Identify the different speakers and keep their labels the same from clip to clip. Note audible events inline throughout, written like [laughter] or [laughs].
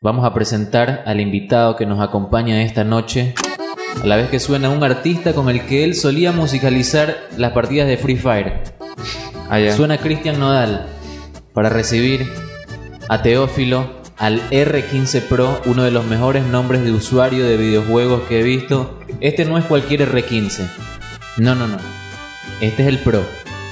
Speaker 1: Vamos a presentar al invitado que nos acompaña esta noche, a la vez que suena un artista con el que él solía musicalizar las partidas de Free Fire.
Speaker 2: Allá.
Speaker 1: Suena Cristian Nodal para recibir a Teófilo al R15 Pro, uno de los mejores nombres de usuario de videojuegos que he visto. Este no es cualquier R15. No, no, no. Este es el Pro.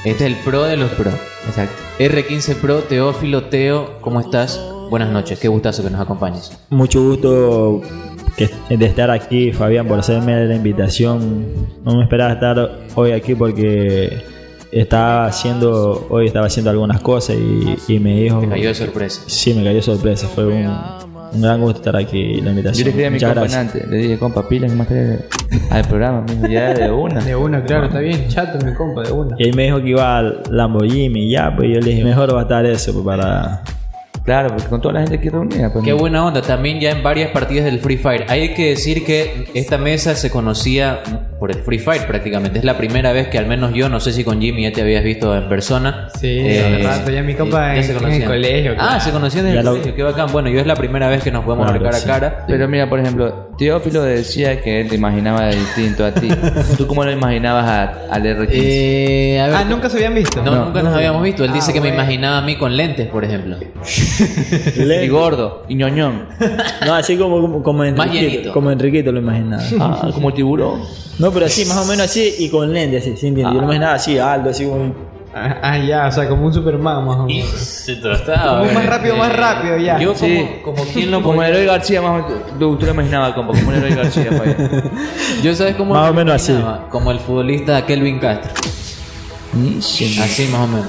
Speaker 1: Este es el Pro de los Pro.
Speaker 2: Exacto.
Speaker 1: R15 Pro, Teófilo, Teo, ¿cómo estás? Buenas noches, qué gustazo que nos acompañes.
Speaker 3: Mucho gusto que- de estar aquí, Fabián, por hacerme la invitación. No me esperaba estar hoy aquí porque estaba haciendo, hoy estaba haciendo algunas cosas y, y me dijo...
Speaker 1: Me cayó de sorpresa.
Speaker 3: Sí, me cayó sorpresa. Fue un, un gran gusto estar aquí, la invitación.
Speaker 2: Yo le escribí a mi
Speaker 3: Muchas
Speaker 2: compa
Speaker 3: gracias.
Speaker 2: antes, le dije, compa, pila que más traer al programa, me dijo, ya de
Speaker 1: [laughs]
Speaker 2: una.
Speaker 4: De una, claro, está bien, chato mi compa, de una.
Speaker 3: Y él me dijo que iba al Lamborghini y ya, pues yo le dije, mejor va a estar eso pues, para...
Speaker 2: Claro, porque con toda la gente aquí reunida, pues.
Speaker 1: Qué buena onda, también ya en varias partidas del Free Fire. Hay que decir que esta mesa se conocía por el Free Fire prácticamente. Es la primera vez que al menos yo, no sé si con Jimmy ya te habías visto en persona. Eh,
Speaker 4: Sí, hace rato, ya mi compa en- en el
Speaker 1: conocían.
Speaker 4: colegio, claro.
Speaker 1: Ah, se conocían desde
Speaker 3: Ya
Speaker 1: el
Speaker 3: lo-
Speaker 1: colegio, qué bacán. Bueno, yo es la primera vez que nos podemos
Speaker 3: Claro,
Speaker 1: ver cara
Speaker 3: sí.
Speaker 1: a cara.
Speaker 2: Pero mira, por ejemplo, Teófilo decía que él te imaginaba
Speaker 1: [laughs]
Speaker 2: distinto a ti. ¿Tú cómo lo imaginabas a- al R15?
Speaker 1: Eh, a ver,
Speaker 4: Ah, nunca se habían visto.
Speaker 1: No,
Speaker 2: No,
Speaker 1: nunca nos habíamos visto. Él
Speaker 4: Ah,
Speaker 1: dice que me
Speaker 4: bueno.
Speaker 1: imaginaba a mí con lentes, por ejemplo.
Speaker 2: [laughs] y gordo,
Speaker 1: [laughs]
Speaker 2: y ñoñón.
Speaker 3: No, así como, como, como
Speaker 1: Más
Speaker 3: Enriquito,
Speaker 1: llenito.
Speaker 3: como Enriquito lo imaginaba.
Speaker 2: Ah, como tiburón.
Speaker 3: No, pero así, más o menos así y con lentes, así, ¿sí entiendes?
Speaker 2: Ah.
Speaker 3: Yo lo imaginaba así, alto, así como...
Speaker 4: Ah, ah, ya, o sea, como un Superman más o menos.
Speaker 1: Se trataba.
Speaker 4: Como
Speaker 1: eh,
Speaker 4: más rápido, más
Speaker 1: eh,
Speaker 4: rápido, ya.
Speaker 1: Yo
Speaker 2: Sí.
Speaker 1: como, como quien lo
Speaker 2: Como
Speaker 1: podía-
Speaker 2: Eloy García, más o menos. Tú, tú lo imaginabas, compa, como Eloy García.
Speaker 1: [laughs]
Speaker 2: pues.
Speaker 1: Yo sabes cómo
Speaker 3: Más
Speaker 1: me
Speaker 3: o menos así.
Speaker 1: imaginaba, Como el futbolista Kelvin Castro. Así más o menos.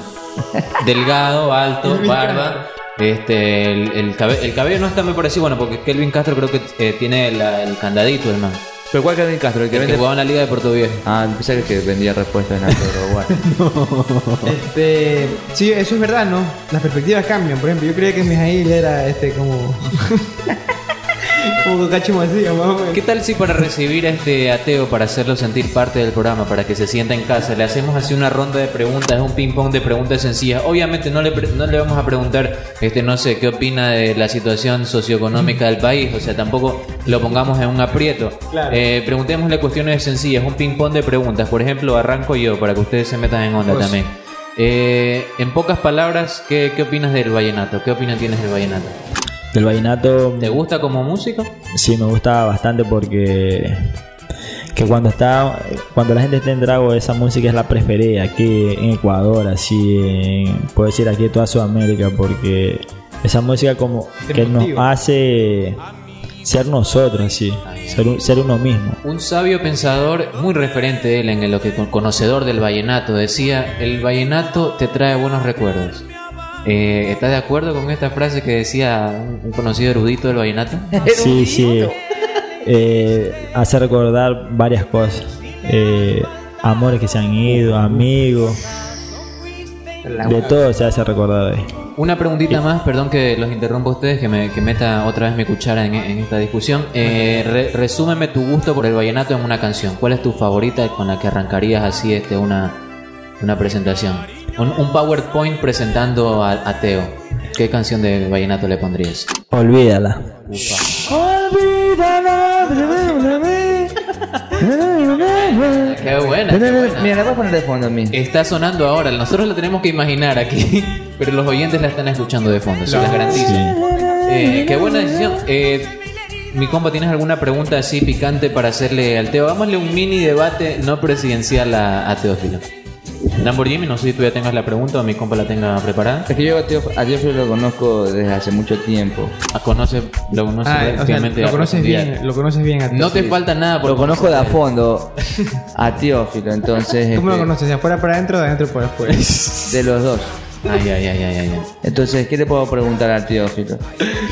Speaker 1: Delgado, alto, barba. Este, el, el, cabe- el cabello no está muy parecido, bueno, porque Kelvin Castro creo que eh, tiene la- el candadito, hermano.
Speaker 2: Pero ¿cuál Kevin Castro? El que
Speaker 1: El que
Speaker 2: vende...
Speaker 1: jugaba en la Liga de Puerto Viejo.
Speaker 2: [laughs] Ah, pensaba que vendía respuestas en alto, pero
Speaker 1: [laughs]
Speaker 2: bueno.
Speaker 4: Este, sí, eso es verdad, ¿no? Las perspectivas cambian. Por ejemplo, yo creía que Mijail era este como. [laughs] como Cocachi Macías, más o menos.
Speaker 1: ¿Qué tal si para recibir a este ateo, para hacerlo sentir parte del programa, para que se sienta en casa, le hacemos así una ronda de preguntas, un ping-pong de preguntas sencillas? Obviamente no le, pre- no le vamos a preguntar, este, no sé, qué opina de la situación socioeconómica del país, o sea, tampoco lo pongamos en un aprieto.
Speaker 4: Claro.
Speaker 1: Eh, preguntémosle cuestiones sencillas, un ping-pong de preguntas. Por ejemplo, arranco yo, para que ustedes se metan en onda
Speaker 4: Pues.
Speaker 1: también. Eh, en pocas palabras, ¿qué, ¿qué opinas del vallenato? ¿Qué opinión tienes del vallenato?
Speaker 3: El vallenato
Speaker 1: ¿Te gusta como músico?
Speaker 3: sí me gusta bastante porque... Que cuando está... Cuando la gente está en Drago, esa música es la preferida aquí en Ecuador, así en... Puedo decir aquí en toda Sudamérica porque... Esa música como
Speaker 4: Te
Speaker 3: que nos
Speaker 4: motiva.
Speaker 3: hace ser nosotros, así. Ser, un- ser uno mismo.
Speaker 1: Un sabio pensador, muy referente él en lo que conocedor del vallenato, decía, el vallenato te trae buenos recuerdos. Eh, ¿Estás de acuerdo con esta frase que decía un un conocido erudito del vallenato?
Speaker 3: Sí, sí. Eh, hace recordar varias cosas. Eh, amores que se han ido, amigos. De todo se hace recordar ahí.
Speaker 1: Una preguntita más, perdón que los interrumpo a ustedes, que, me, que meta otra vez mi cuchara en, en esta discusión. Eh, re- resúmeme tu gusto por el vallenato en una canción. ¿Cuál es tu favorita con la que arrancarías así este, una, una presentación? Un, un PowerPoint presentando a, a Teo. ¿Qué canción de vallenato le pondrías?
Speaker 3: Olvídala.
Speaker 1: Qué buena. qué buena.
Speaker 2: Mira, la voy a poner de fondo a mí.
Speaker 1: Está sonando ahora, nosotros la tenemos que imaginar aquí, [laughs] pero los oyentes la están escuchando de fondo, se las garantizo.
Speaker 3: Sí.
Speaker 1: Eh, qué buena decisión. Eh, mi compa, ¿tienes alguna pregunta así picante para hacerle al Teo? Hagámosle un mini debate no presidencial a, a Teófilo. Lamborghini, no sé si tú ya tengas la pregunta o mi compa la tenga preparada.
Speaker 2: Es que yo a Teófilo, a Teófilo lo conozco desde hace mucho tiempo.
Speaker 1: Ah, Conoce, lo conoce
Speaker 4: Ah, o sea,
Speaker 1: prácticamente a
Speaker 4: lo conoces
Speaker 1: profundidad.
Speaker 4: bien, lo conoces bien a ti.
Speaker 1: No te falta nada por
Speaker 2: Lo conozco de a
Speaker 1: conocer.
Speaker 2: fondo [laughs] a Teófilo, entonces.
Speaker 4: ¿Cómo lo
Speaker 2: este,
Speaker 4: conoces? ¿De afuera para adentro o de adentro para afuera?
Speaker 2: De los dos.
Speaker 1: Ay, ay, ay, ay, ay. ay.
Speaker 2: Entonces, ¿qué le puedo preguntar a Teófilo?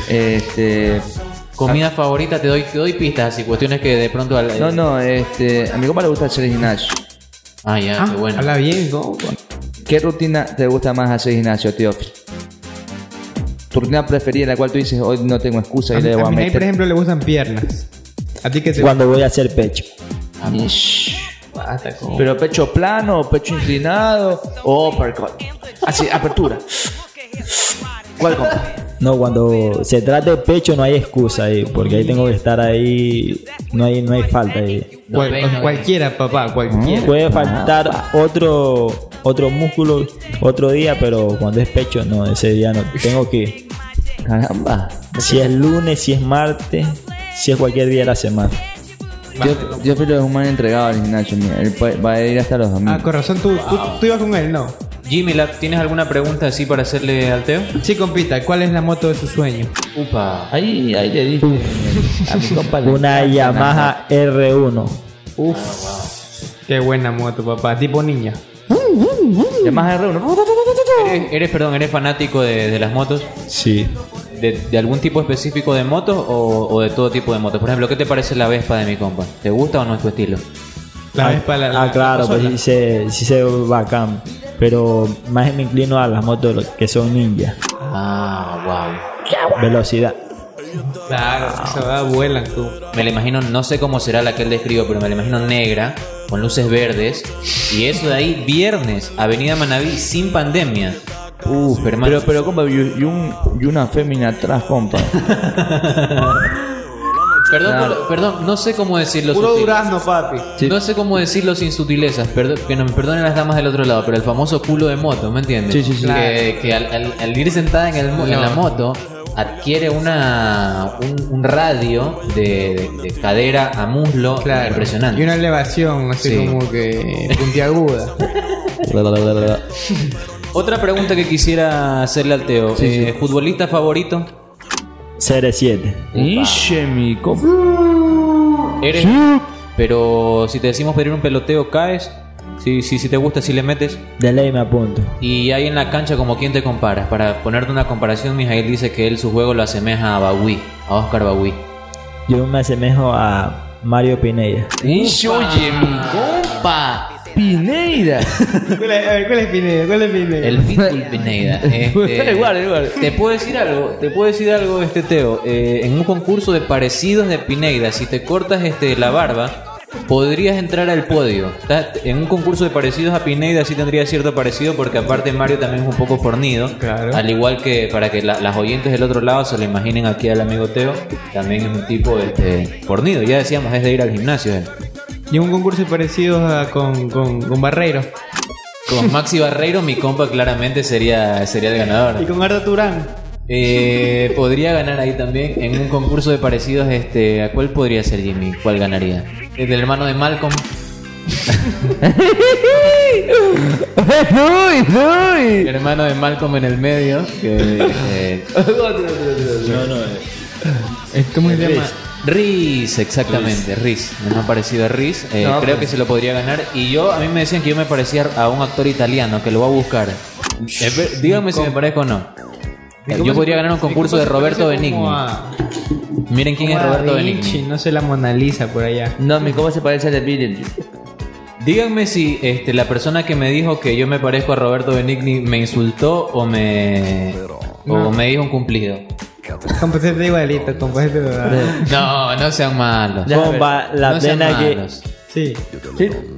Speaker 2: Este.
Speaker 4: Ah.
Speaker 1: Comida favorita, te doy, te doy pistas así, cuestiones que de pronto al. eh,
Speaker 2: No, no, este. A mi compa le gusta hacer gimnasio.
Speaker 1: Ah, ya,
Speaker 4: Ah,
Speaker 1: qué bueno.
Speaker 4: Habla bien, compa.
Speaker 2: ¿Qué rutina te gusta más hacer gimnasio, Teófilo? Tu rutina preferida, la cual tú dices, hoy no tengo excusa
Speaker 4: A,
Speaker 2: y le voy
Speaker 4: a
Speaker 2: a
Speaker 4: Minay, por
Speaker 2: meter.
Speaker 4: ejemplo, le gustan piernas. ¿A ti qué te
Speaker 3: Cuando voy a hacer pecho.
Speaker 1: Ah,
Speaker 2: Ish. Pero pecho plano, o pecho Ah, inclinado o uppercut. Así, apertura. ¿Cuál compra?
Speaker 3: No, cuando se trata de pecho no hay excusa ahí, porque ahí tengo que estar ahí, no hay, no hay falta ahí.
Speaker 1: No,
Speaker 4: Cual-
Speaker 1: ve, no,
Speaker 4: cualquiera, papá, cualquiera.
Speaker 3: Puede faltar otro otro músculo otro día, pero cuando es pecho no, ese día no. Tengo que ir.
Speaker 2: Caramba.
Speaker 3: Si es lunes, si es martes, si es cualquier día de la semana.
Speaker 2: Yo, yo filo es un man entregado al gimnasio, mira. Él puede- va a ir hasta los
Speaker 4: Ah,
Speaker 2: domingos.
Speaker 4: con razón, tú, tú, tú ibas con él, ¿no?
Speaker 1: Jimmy, la- ¿tienes alguna pregunta así para hacerle al Teo?
Speaker 4: Sí, compita, ¿cuál es la moto de su sueño?
Speaker 1: Upa.
Speaker 2: ahí, ahí le dije. A mi compa le-
Speaker 3: Una Yamaha R1.
Speaker 4: Uf. Qué buena moto, papá. Tipo niña.
Speaker 2: Yamaha R1.
Speaker 1: ¿Eres, eres, perdón, eres fanático de, de las motos?
Speaker 3: Sí.
Speaker 1: ¿De, de algún tipo específico de motos o, o de todo tipo de motos? Por ejemplo, ¿qué te parece la Vespa de mi compa? ¿Te gusta o no es tu estilo?
Speaker 4: La
Speaker 3: ah,
Speaker 4: Vespa, la-
Speaker 3: ah,
Speaker 4: la-
Speaker 3: claro,
Speaker 4: la
Speaker 3: pues
Speaker 4: sola.
Speaker 3: sí se, sí se ve bacán. Pero más me inclino a las motos de los que son ninja.
Speaker 1: Ah,
Speaker 3: Velocidad.
Speaker 4: Claro, se va, vuelan tú.
Speaker 1: wow. Me la imagino, no sé cómo será la que él describió, pero me la imagino negra, con luces verdes. Y eso de ahí, viernes, Avenida Manaví, sin pandemia. Uf, hermano.
Speaker 2: Pero, pero, compa, y, y un- y una fémina atrás, compa.
Speaker 1: perdón, por- perdón, no sé cómo decirlo.
Speaker 4: Puro
Speaker 1: sutil.
Speaker 4: durazno, papi.
Speaker 1: No sé cómo decirlo sin sutilezas, perdo- que no me perdonen las damas del otro lado, pero el famoso culo de moto, ¿me entiendes?
Speaker 2: Sí, sí, sí.
Speaker 1: Que, que al, al- al ir sentada en, el mo- en la moto adquiere una un, un radio de, de- de cadera a muslo
Speaker 4: Claro.
Speaker 1: impresionante.
Speaker 4: Y una elevación, así
Speaker 1: Sí.
Speaker 4: como que puntiaguda.
Speaker 1: Otra pregunta que quisiera hacerle al Teo. Eh, ¿Futbolista favorito?
Speaker 2: [laughs]
Speaker 3: CR7.
Speaker 2: Iche, mi compa.
Speaker 1: ¿Eres? Pero si te decimos pedir un peloteo, ¿caes? Si, si, si te gusta, si le metes.
Speaker 3: De ley me apunto.
Speaker 1: Y ahí en la cancha, como quién te comparas. Para ponerte una comparación, Mijail dice que él su juego lo asemeja a Bagui, a Oscar Bagui.
Speaker 3: Yo me asemejo a Mario Pineda.
Speaker 2: Iche, oye, mi compa. Pineira.
Speaker 4: [laughs] ¿Cuál es, a ver, ¿cuál es Pineda? ¿Cuál es
Speaker 2: [laughs]
Speaker 4: Pineda?
Speaker 1: El Pitbull Pineda. Este,
Speaker 2: Igual, igual.
Speaker 1: Te puedo decir algo, te puedo decir algo, este Teo. Eh, en un concurso de parecidos de Pineda, si te cortas este la barba, podrías entrar al podio. Estás- En un concurso de parecidos a Pineda sí tendría cierto parecido, porque aparte Mario también es un poco fornido.
Speaker 4: Claro.
Speaker 1: Al igual que para que la- las oyentes del otro lado se lo imaginen aquí al amigo Teo, también es un tipo este, fornido. Ya decíamos, es de ir al gimnasio. eh.
Speaker 4: Y un concurso parecido a- con, con, con Barreiro.
Speaker 1: Con Maxi Barreiro, mi compa claramente sería, sería el ganador.
Speaker 4: Y con Arda Turán.
Speaker 1: Eh, podría ganar ahí también en un concurso de parecidos. Este, ¿a cuál podría ser Jimmy? ¿Cuál ganaría? El del hermano de Malcolm. El hermano de Malcolm en el medio. Que, eh,
Speaker 3: No, no,
Speaker 4: Eh, ¿Cómo se llama?
Speaker 1: Riz, exactamente, Riz. Me ha parecido a Riz. eh,
Speaker 4: No, pues.
Speaker 1: creo que se lo podría ganar. Y yo, a mí me decían que yo me parecía a un actor italiano, que lo va a buscar. Eh, pe- Díganme si me parezco o no.
Speaker 4: ¿Y cómo
Speaker 1: Yo
Speaker 4: se-
Speaker 1: podría ganar un
Speaker 4: y cómo
Speaker 1: concurso de
Speaker 4: se
Speaker 1: Roberto
Speaker 4: parece como
Speaker 1: Benigni.
Speaker 4: a-
Speaker 1: Miren quién es
Speaker 4: como a
Speaker 1: Roberto
Speaker 4: Da
Speaker 1: Benigni.
Speaker 4: Vinci, No sé la Mona Lisa por allá.
Speaker 2: No, mi compa se parece al de Billy.
Speaker 1: Díganme si este, la persona que me dijo que yo me parezco a Roberto Benigni me insultó o me, o me dijo un [laughs] cumplido.
Speaker 4: Composete igualito, composete igualito.
Speaker 1: No, no sean malos.
Speaker 3: Bomba, la
Speaker 1: no sean
Speaker 3: pena que.
Speaker 1: malos.
Speaker 4: Sí.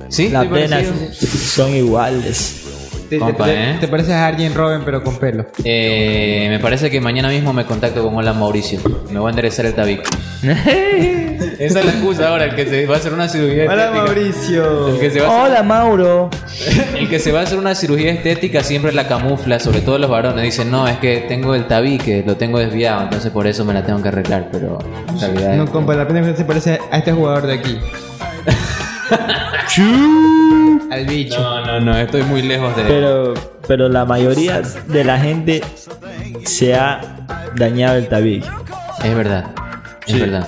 Speaker 1: ¿Sí?
Speaker 3: Las
Speaker 1: ¿Te pareció?
Speaker 3: venas son iguales.
Speaker 4: Te,
Speaker 1: Compa,
Speaker 4: te- te-
Speaker 1: ¿eh?
Speaker 4: te pareces a Arjen Robben, pero con pelo.
Speaker 1: Eh, me parece que mañana mismo me contacto con Hola Mauricio. Me voy a enderezar el [laughs] tabique. Esa es la excusa ahora, el que se va a hacer una cirugía
Speaker 4: Hola,
Speaker 1: estética. El
Speaker 4: Mauricio.
Speaker 1: que se va a hacer
Speaker 2: Hola, Mauro.
Speaker 1: El que se va a hacer una cirugía estética siempre la camufla, sobre todo los varones. Dicen, no, es que tengo el tabique, lo tengo desviado, entonces por eso me la tengo que arreglar, pero en realidad...
Speaker 4: No, compa, la pena que se parece a este jugador
Speaker 1: [laughs]
Speaker 4: de aquí. Al bicho.
Speaker 1: no, no, no, estoy muy lejos de...
Speaker 3: Pero, pero la mayoría de la gente se ha dañado el tabique.
Speaker 1: Es verdad, es verdad.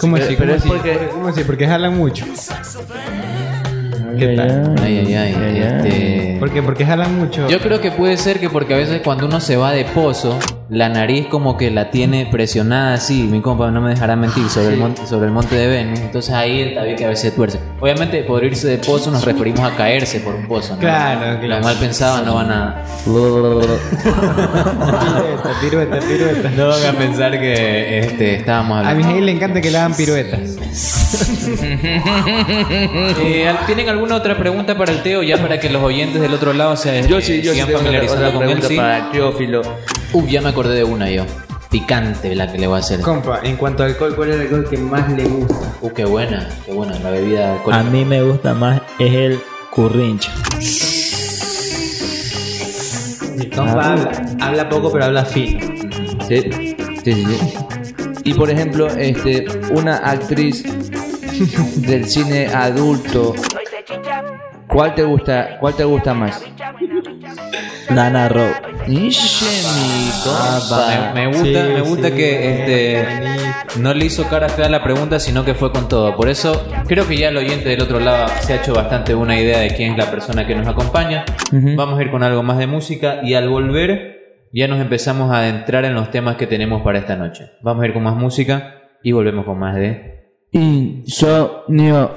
Speaker 4: ¿Cómo así?
Speaker 2: pero
Speaker 4: ¿Cómo
Speaker 2: es
Speaker 4: así?
Speaker 2: porque-
Speaker 4: ¿Cómo así? Porque jalan mucho. ¿Qué tal?
Speaker 1: Ay, ay, ay. este,
Speaker 4: ¿Por qué? Porque jalan mucho.
Speaker 1: Yo creo que puede ser que porque a veces cuando uno se va de pozo, la nariz como que la tiene presionada así, mi compa no me dejará mentir, sobre, el, monte, sobre el monte de Venus, entonces ahí el tabique a veces tuerce. Obviamente por irse de pozo nos referimos a caerse por un pozo, ¿no?
Speaker 4: Claro, claro.
Speaker 1: Los mal pensados no van a...
Speaker 4: Pirueta, pirueta, pirueta.
Speaker 1: No van a pensar que este, estábamos
Speaker 4: A
Speaker 1: hablando.
Speaker 4: Mijail le encanta que le hagan piruetas.
Speaker 1: [laughs] Eh, ¿al- ¿Tienen alguna otra pregunta para el Teo ya para que los oyentes del otro lado se
Speaker 2: Yo sí, yo sí
Speaker 1: sigan
Speaker 2: tengo otra,
Speaker 1: familiarizando
Speaker 2: otra
Speaker 1: con él?
Speaker 2: pregunta
Speaker 1: Sí.
Speaker 2: para Teófilo.
Speaker 1: Uh, ya me acordé de una yo. Picante la que le voy a hacer.
Speaker 4: Compa, en cuanto al alcohol, ¿cuál es el alcohol que más le gusta?
Speaker 1: Uh, qué buena, qué buena. La bebida
Speaker 3: A
Speaker 1: alcohólica.
Speaker 3: mí me gusta más es el currincho.
Speaker 4: Mi compa
Speaker 1: Ah.
Speaker 4: habla, habla poco pero habla fino.
Speaker 2: Sí, sí, sí, sí. Y por ejemplo, este, una actriz del cine adulto, ¿cuál te gusta, cuál te gusta más?
Speaker 3: Nana Row.
Speaker 1: Ah, me, me gusta,
Speaker 4: Sí,
Speaker 1: me gusta
Speaker 4: sí,
Speaker 1: que
Speaker 4: buena,
Speaker 1: este, no le hizo cara fea a la pregunta, sino que fue con todo. Por eso creo que ya el oyente del otro lado se ha hecho bastante una idea de quién es la persona que nos acompaña. Vamos a ir con algo más de música y al volver ya nos empezamos a adentrar en los temas que tenemos para esta noche. Vamos a ir con más música y volvemos con más de...
Speaker 2: Insomnio.